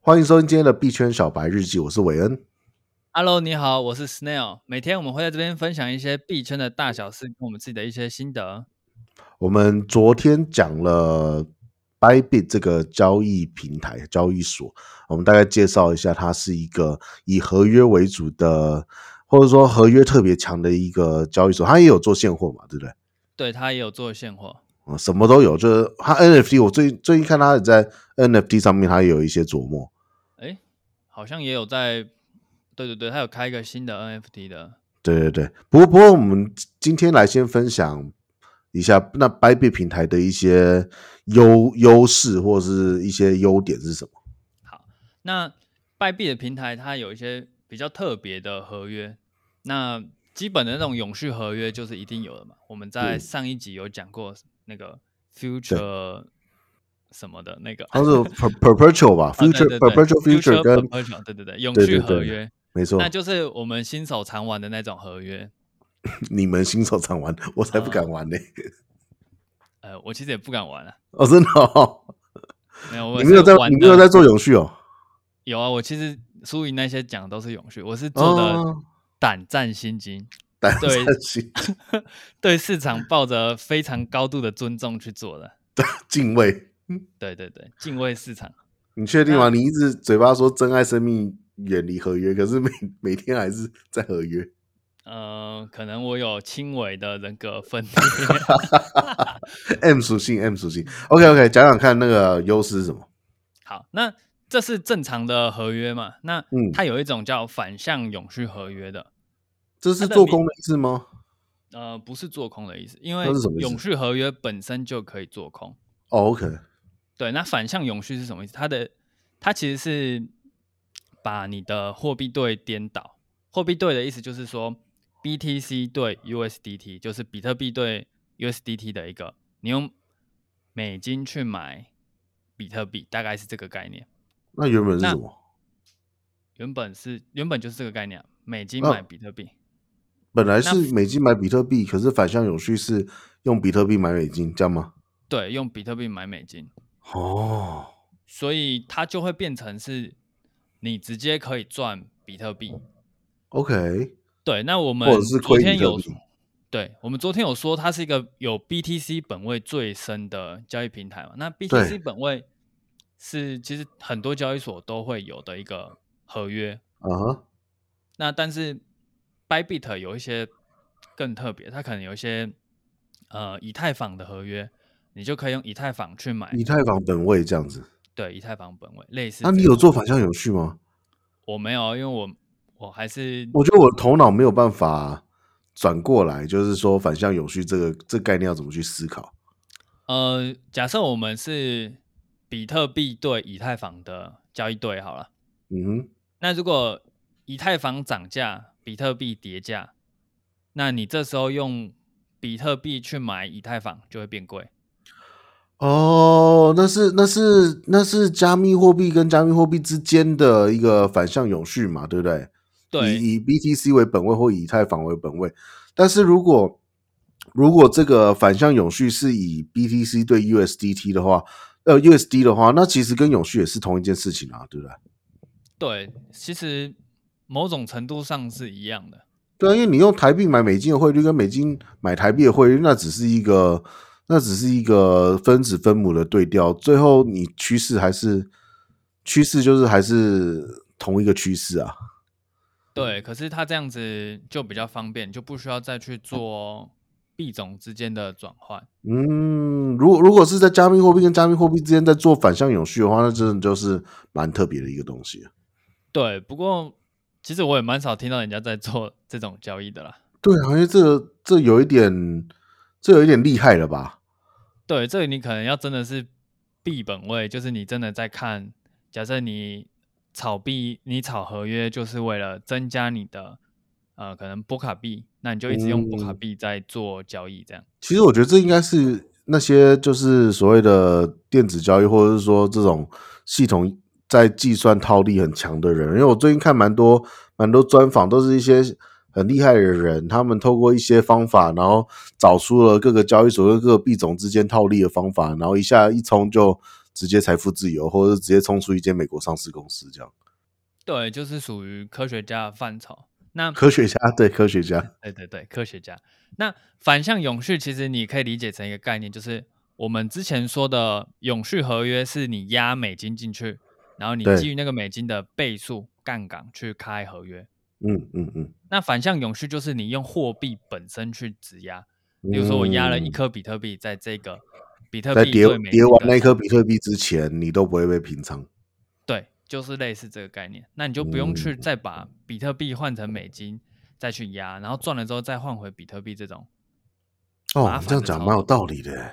欢迎收听今天的币圈小白日记，我是韦恩。 Hello，你好，我是 Snail。每天我们会在这边分享一些币圈的嗯大小事，跟我们自己的一些心得。我们昨天讲了 Bybit 这个交易平台、交易所，我们大概介绍一下，它是一个以合约为主的，或者说合约特别强的一个交易所。它也有做现货嘛，对不对？对他也有做现货，嗯，什么都有，就是它 NFT，我最最近看它也在 NFT 上面，它也有一些琢磨。诶，好像也有在，对对对，他有开一个新的 NFT 的。对对对，不过不过我们今天来先分享一下那 Bybit 平台的一些优优势或是一些优点是什么？那拜币的平台，它有一些比较特别的合约。那基本的那种永续合约就是一定有的嘛。我们在嗯上一集有讲过那个 future 什么的那个，它是 per- perpetual 吧啊对哦，future 对对 perpetual future 跟 perpetual，对对对，永对续对合对约，没错那，就是我们新手常玩的那种合约。你们新手常玩，我才哦不敢玩呢。呃，我其实也不敢玩了、哦，真的哦，没有，我你没有是在玩你的没有在做永续哦？有啊，我其实输赢那些讲的都是永续，我是做的哦胆战心惊，胆对战心对市场抱着非常高度的尊重去做的。敬畏，对对对，敬畏市场。你确定吗？你一直嘴巴说珍爱生命，远离合约，可是每每天还是在合约。 呃，可能我有轻微的人格分裂。 M 属性，M 属性。OK OK，讲讲看那个优势是什么？好，那这是正常的合约嘛？那嗯它有一种叫反向永续合约的，这是做空的意思吗？呃，不是做空的意思，因为那是什么意思永续合约本身就可以做空。哦，OK，对，那反向永续是什么意思？它的它其实是把你的货币对颠倒。货币对的意思就是说，BTC 对 USDT，就是比特币对 USDT 的一个，你用美金去买比特币，大概是这个概念。那原本是什么？原本是原本就是这个概念啊，美金那买比特币。本来是美金买比特币，可是反向永续是用比特币买美金，这样吗？对，用比特币买美金，哦，所以它就会变成是你直接可以赚比特币。 ，OK，对，那我们或者是昨亏天比特有币。对，我们昨天有说它是一个有 BTC 本位最深的交易平台嘛？那对 BTC 本位是其实很多交易所都会有的一个合约。啊哈，那但是 Bybit 有一些更特别，它可能有一些呃以太坊的合约，你就可以用以太坊去买以太坊本位这样子。对以太坊本位类似这那种。你有做反向永续吗？我没有，因为我我还是我觉得我的头脑没有办法转过来，就是说反向永续这个这概念要怎么去思考？呃，假设我们是比特币对以太坊的交易对好了。嗯哼，那如果以太坊涨价，比特币跌价，那你这时候用比特币去买以太坊就会变贵。哦，那是那是那是加密货币跟加密货币之间的一个反向永续嘛，对不对？对，以以 BTC 为本位或以太坊为本位，但是如果如果这个反向永续是以 BTC 对 USDT 的话，呃 USD 的话，那其实跟永续也是同一件事情啊，对不对？对，其实某种程度上是一样的。对啊，因为你用台币买美金的汇率跟美金买台币的汇率，那只是一个那只是一个分子分母的对调，最后你趋势还是趋势就是还是同一个趋势啊。对，可是它这样子就比较方便，就不需要再去做币种之间的转换。嗯，如果如果是在加密货币跟加密货币之间在做反向永续的话，那真的就是蛮特别的一个东西。啊对，不过其实我也蛮少听到人家在做这种交易的啦。对啊，因为这个这有一点这有一点厉害了吧？对，这个你可能要真的是币本位，就是你真的在看，假设你炒币，你炒合约就是为了增加你的呃可能波卡币，那你就一直用波卡嗯币在做交易，这样。其实我觉得这应该是那些就是所谓的电子交易，或者是说这种系统在计算套利很强的人，因为我最近看蛮多蛮多专访，都是一些很厉害的人，他们透过一些方法，然后找出了各个交易所跟各个币种之间套利的方法，然后一下一冲就直接财富自由，或者是直接冲出一间美国上市公司这样。对，就是属于科学家的范畴。那 科学家对科学家，对对对，科学家。那反向永续其实你可以理解成一个概念，就是我们之前说的永续合约，是你压美金进去，然后你对基于那个美金的倍数杠杆去开合约。嗯嗯嗯，那反向永续就是你用货币本身去质押，比如说我压了一嗯，颗比特币在这个比特在币叠对美金叠完嗯那的颗比特币之前，你都不会被平仓。对，就是类似这个概念。那你就不用嗯去再把比特币换成美金再去压，然后赚了之后再换回比特币这种。麻哦，烦这样的讲操蛮有作道理的耶。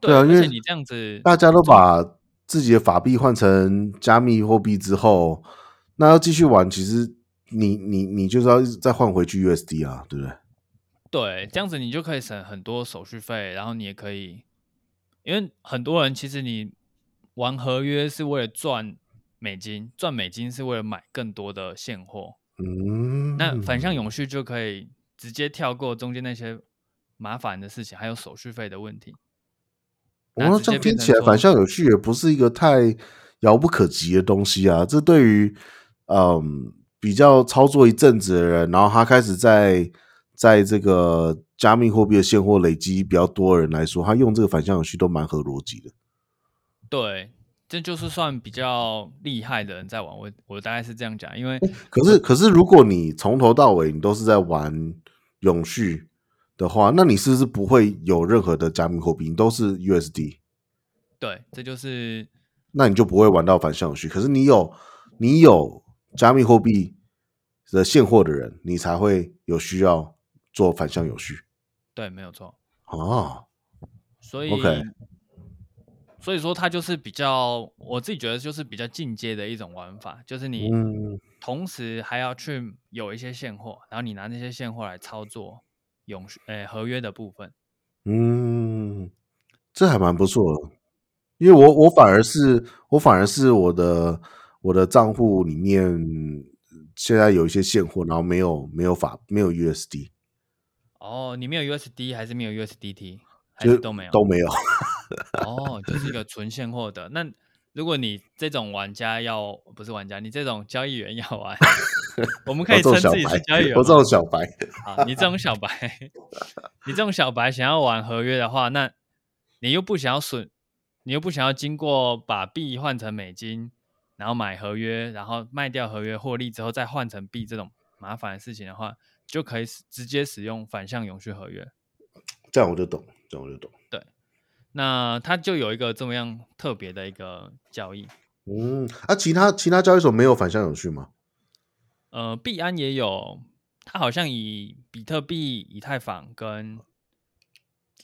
对啊，因而且为你这样子，大家都把自己的法币换成加密货币之后，那要继续玩，其实你你你就是要一直再换回去 USD 啊，对不对？对，这样子你就可以省很多手续费，然后你也可以，因为很多人其实你玩合约是为了赚美金，赚美金是为了买更多的现货。那反向嗯，永续就可以直接跳过中间那些麻烦的事情，还有手续费的问题。我那说直哦这接样变听起成来反说，向有序也不是一个太遥不可及的东西啊。这对于嗯比较操作一阵子的人，然后他开始在在这个加密货币的现货累积比较多的人来说，他用这个反向有序都蛮合逻辑的。对，这就是算比较厉害的人在玩。我我大概是这样讲，因为可是，可是，如果你从头到尾你都是在玩永续的话，那你是不是不会有任何的加密货币？你都是 USD，对，这就是那你就不会玩到反向永续。可是你有你有加密货币的现货的人，你才会有需要做反向永续对，没有错。啊。所 OK 以，所以说它就是比较，我自己觉得就是比较进阶的一种玩法，就是你嗯，同时还要去有一些现货，然后你拿那些现货来操作永续呃合约的部分。嗯，这还蛮不错的，因为我我反而是我反而是我的我的账户里面现在有一些现货，然后没有没有法没有 USD，哦，你没有 USD 还是没有 USDT 还就是都没有？都没有。哦，就是一个纯现货的。那如果你这种玩家要不是玩家，你这种交易员要 玩，我 们可我以这种称小自己白是交易，员我这吗？种小白，啊，你这种小白，你这种小白想要玩合约的话，那你又不想要损，你又不想要经过把币换成美金，然后买合约，然后卖掉合约获利之后再换成币这种麻烦的事情的话，就可以使直接使用反向永续合约。这样我就懂，这样我就懂。那它就有一个这么样特别的一个交易。嗯，啊，其他其他交易所没有反向永续吗？呃，币安也有，它好像以比特币、以太坊跟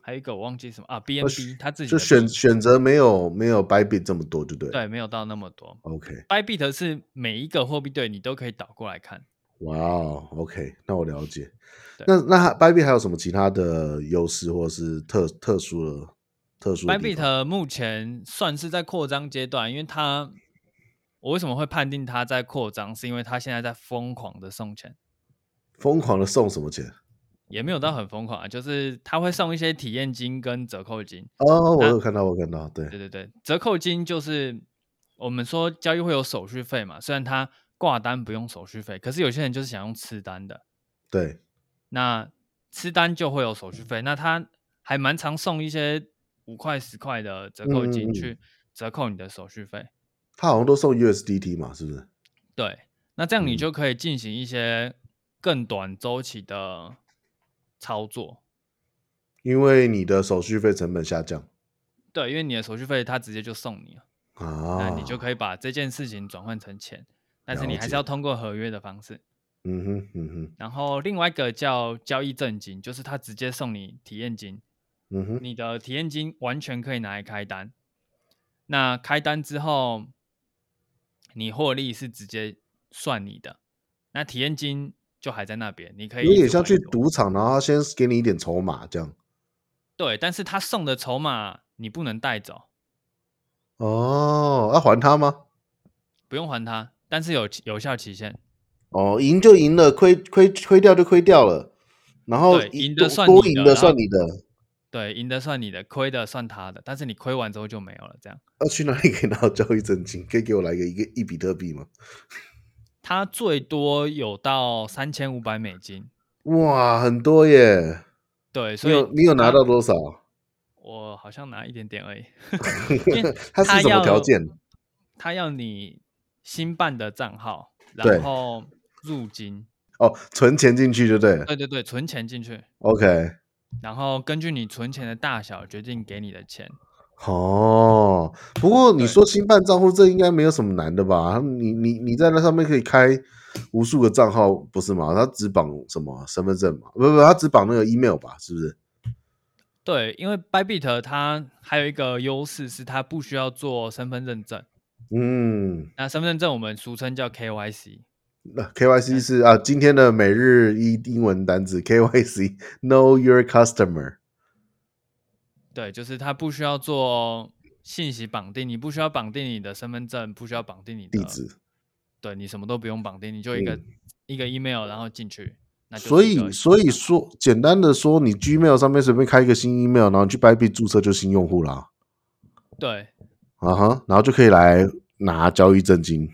还有一个我忘记什么啊呃选，BNB 它自己就的选币，选择没有没有 Bybit 这么多，就对了。对，没有到那么多。 OK， Bybit 是每一个货币对你都可以倒过来看。哇哦，OK，那我了解。对那那还 Bybit 还有什么其他的优势或是特特殊的特殊的地方？ Bybit 目前算是在扩张阶段，因为它，我为什么会判定它在扩张，是因为它现在在疯狂的送钱，疯狂的送什么钱？也没有嗯到很疯狂啊，就是它会送一些体验金跟折扣金。哦，我那有看到，我有看到，对，对对对，折扣金就是我们说交易会有手续费嘛，虽然它挂单不用手续费，可是有些人就是想用吃单的，对，那吃单就会有手续费，那他还蛮常送一些五块十块的折扣嗯嗯金嗯去折扣你的手续费。他好像都送 USDT 嘛，是不是？对，那这样嗯你就可以进行一些更短周期的操作。因为你的手续费成本下降对，因为你的手续费他直接就送你了，那啊，你就可以把这件事情转换成钱，但是了你还是解要通过合约的方式。嗯哼，嗯哼，然后另外一个叫交易证金，就是他直接送你体验金，嗯哼，你的体验金完全可以拿来开单。那开单之后，你获利是直接算你的，那体验金就还在那边，你可以有一点直像玩一去直玩。赌场，然后他先给你一点筹码这样。对，但是他送的筹码你不能带走，哦，要、还他吗？不用还他，但是有有效期限。哦，赢就赢了，亏亏亏掉就亏掉了，然后对，一赢的多算多你赢的，的然后算你的。对，赢的算你的，亏的算他的，但是你亏完之后就没有了。这样，要去哪里可以拿到交易证金？可以给我来个一个一比特币吗？它最多有到三千五百美金。哇，很多耶！对，所你以有你有拿它到多少？我好像拿一点点而已。 因为它是什么要条件？他要你新办的账号，对然后入金，哦，存钱进去就对了。对对对，存钱进去， OK，然后根据你存钱的大小决定给你的钱。哦，不过你对说新办账户，这应该没有什么难的吧？你你你在那上面可以开无数个账号，不是吗？它只绑什么身份证嘛？不不，它只绑那个 email 吧？是不是？对，因为 Bybit 它还有一个优势是它不需要做身份认证，嗯，那身份认证我们俗称叫 KYC。那 KYC 是啊，今天的每日一英文单词 KYC，Know Your Customer。对，就是它不需要做信息绑定，你不需要绑定你的身份证，不需要绑定你的地址，嗯对你什么都不用绑定，你就一个、一个 email 然后进去，那就是所一以个所以说，简单的说，你 Gmail 上面随便开一个新 email，然后你去 Bybit 注册就新用户啦，对啊哈，然后就可以来拿交易证金。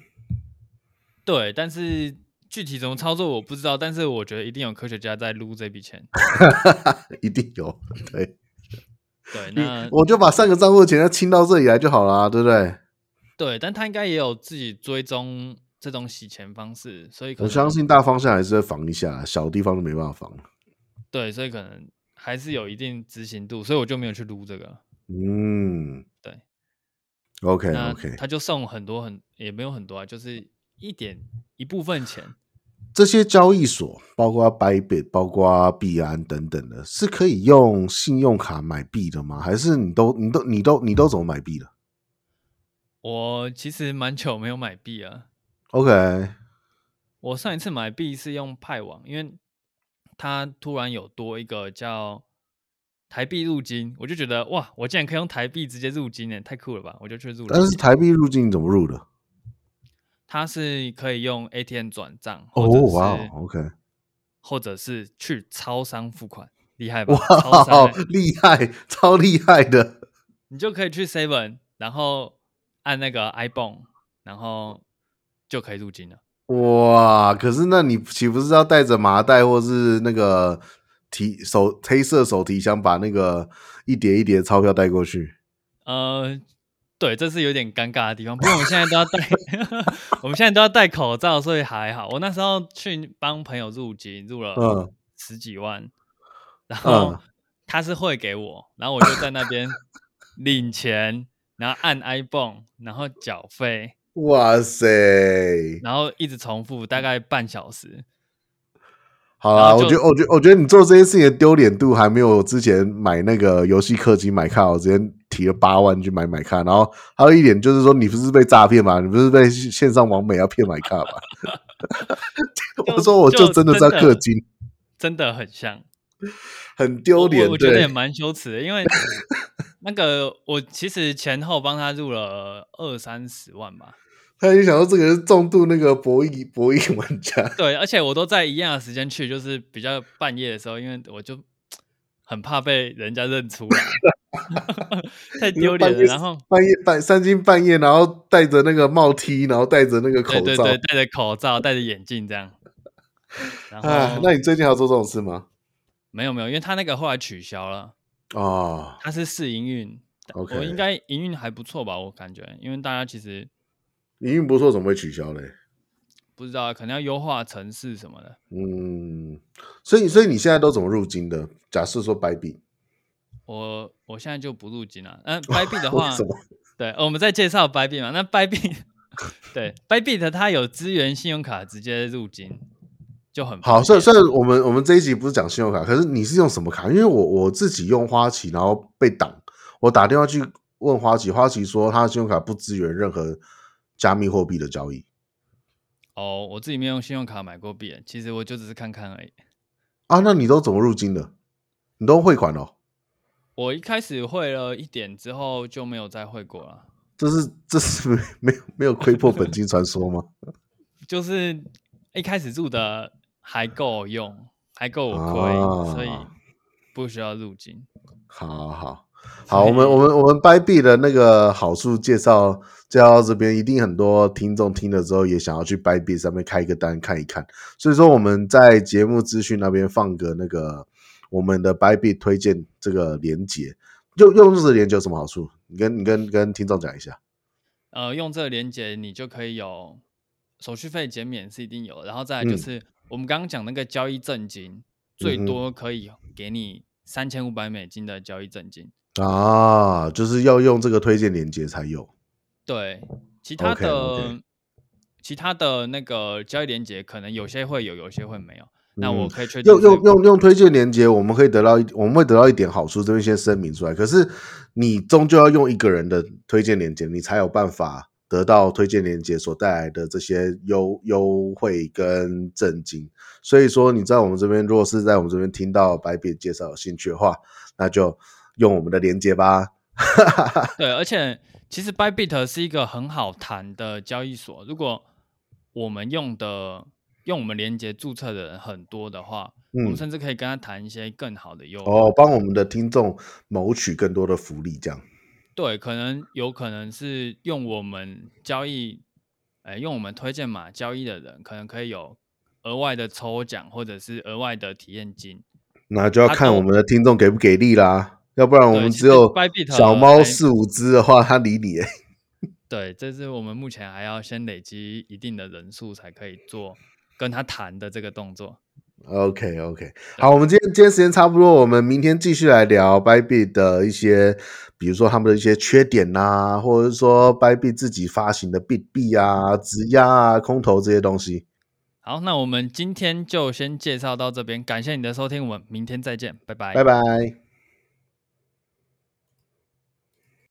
对，但是具体怎么操作我不知道，但是我觉得一定有科学家在撸这笔钱。一定有，对， 对，那我就把上个账户的钱要清到这里来就好啦，对不对？对，但他应该也有自己追踪这种洗钱方式，所以可我能相信大方向还是会防一下，小地方都没办法防。对，所以可能还是有一定执行度，所以我就没有去撸这个。嗯，对，OK 那 OK，他就送很多很也没有很多啊，就是一点一部分钱。这些交易所，包括 Bybit、包括币安等等的，是可以用信用卡买币的吗？还是你都你都你都你都怎么买币的我其实蛮久没有买币啊了， ？OK，我上一次买币是用派网，因为它突然有多一个叫台币入金，我就觉得哇，我竟然可以用台币直接入金呢，太酷了吧！我就去入了但。是台币入境怎么入的？它是可以用 ATM 转账，哦或者，是、哇哦，OK，或者是去超商付款，厉害吧？超哇哦商欸， 厉害，超厉害的。你就可以去 Seven，然后按那个 iPhone，然后就可以入金了。哇！可是那你岂不是要带着麻袋或是那个提手黑色手提箱，把那个一叠一叠钞票带过去？呃，对，这是有点尴尬的地方。不过我们现在都要戴， 我们现在都要戴口罩，所以还好。我那时候去帮朋友入金，入了嗯十几万，然后嗯他是汇给我，然后我就在那边领钱，然后按 iPhone，然后缴费，哇塞！然后一直重复大概半小时。好然啦，后我就觉得，我觉得，我觉得你做这件事情的丢脸度还没有我之前买那个游戏氪金买卡，我直接提了八万去买买卡。然后还有一点就是说，你不是被诈骗吗？你不是被线上网美要骗买卡吗？ 我说我就真的是要氪金，真的很像。很我丢我脸。我觉得也对，蛮羞耻的，因为那个我其实前后帮他入了二三十万吧。他就想说这个人是重度那个博弈博弈玩家。对，而且我都在一样的时间去，就是比较半夜的时候，因为我就很怕被人家认出来， 太丢脸了。然后半夜半三更半夜，然后戴着那个帽 T，然后戴着那个口对罩。对对，戴着口罩，戴着眼镜这样。然啊后，那你最近还有做这种事吗？没有没有，因为他那个后来取消了，哦，他是试营运。 OK 我应该营运还不错吧，我感觉，因为大家其实营运不错，怎么会取消嘞？不知道，可能要优化城市什么的。嗯，所以所以你现在都怎么入金的？假设说白币，我我现在就不入金了。嗯、白币的为话什，么？对，呃我们在介绍白币嘛，那白币， 对，白币的它有支援信用卡直接入金，就很好，方虽然便虽然我们我们这一集不是讲信用卡，可是你是用什么卡？因为我我自己用花旗，然后被挡，我打电话去问花旗，花旗说他的信用卡不支援任何加密货币的交易。哦。我自己没有用信用卡买过币，其实我就只是看看而已。啊，那你都怎么入金的？你都汇款哦？我一开始汇了一点之后就没有再汇过了，这是这是 没没有没有亏破本金传说吗？就是一开始入的还够用，还够我亏，啊所以不需要入金。好好好，好我们我们我们 b 币的那个好处介绍介绍到这边，一定很多听众听了之后也想要去 b 币上面开一个单看一看，所以说我们在节目资讯那边放个那个我们的 b 币推荐这个连接，用用这个连接有什么好处？你跟你跟跟听众讲一下。呃，用这个连接你就可以有手续费减免是一定有的，然后再来就嗯是我们刚刚讲那个交易证金，最嗯哼多可以给你三千五百美金的交易证金。啊，就是要用这个推荐连接才有。对，其他 OK，的 OK 其他的那个交易连接可能有些会有，有些会没有。那我嗯可以确定用是用用用推荐连接，我们可以得到一，我们会得到一点好处，这边先声明出来。可是你终究要用一个人的推荐连接，你才有办法得到推荐连接所带来的这些优优惠跟震惊。所以说，你在我们这边，如果是在我们这边听到白饼介绍有兴趣的话，那就用我们的连接吧。对，而且其实 Bybit 是一个很好谈的交易所。如果我们用的用我们连接注册的人很多的话，我们嗯，甚至可以跟他谈一些更好的优惠。哦，帮我们的听众谋取更多的福利，这样。对，可能有可能是用我们交易，呃，用我们推荐码交易的人，可能可以有额外的抽奖或者是额外的体验金。那就要他看都我们的听众给不给力啦，要不然我对们其只实有 Bybit 小猫还四五只的话，它理你欸。对，这是我们目前还要先累积一定的人数才可以做跟他谈的这个动作。 OK OK，好，我们今天今天时间差不多，我们明天继续来聊 Bybit 的一些，比如说他们的一些缺点呐、或者是说 Bybit 自己发行的币币啊、质押啊、空投这些东西。好，那我们今天就先介绍到这边，感谢你的收听，我们明天再见，拜拜，拜拜。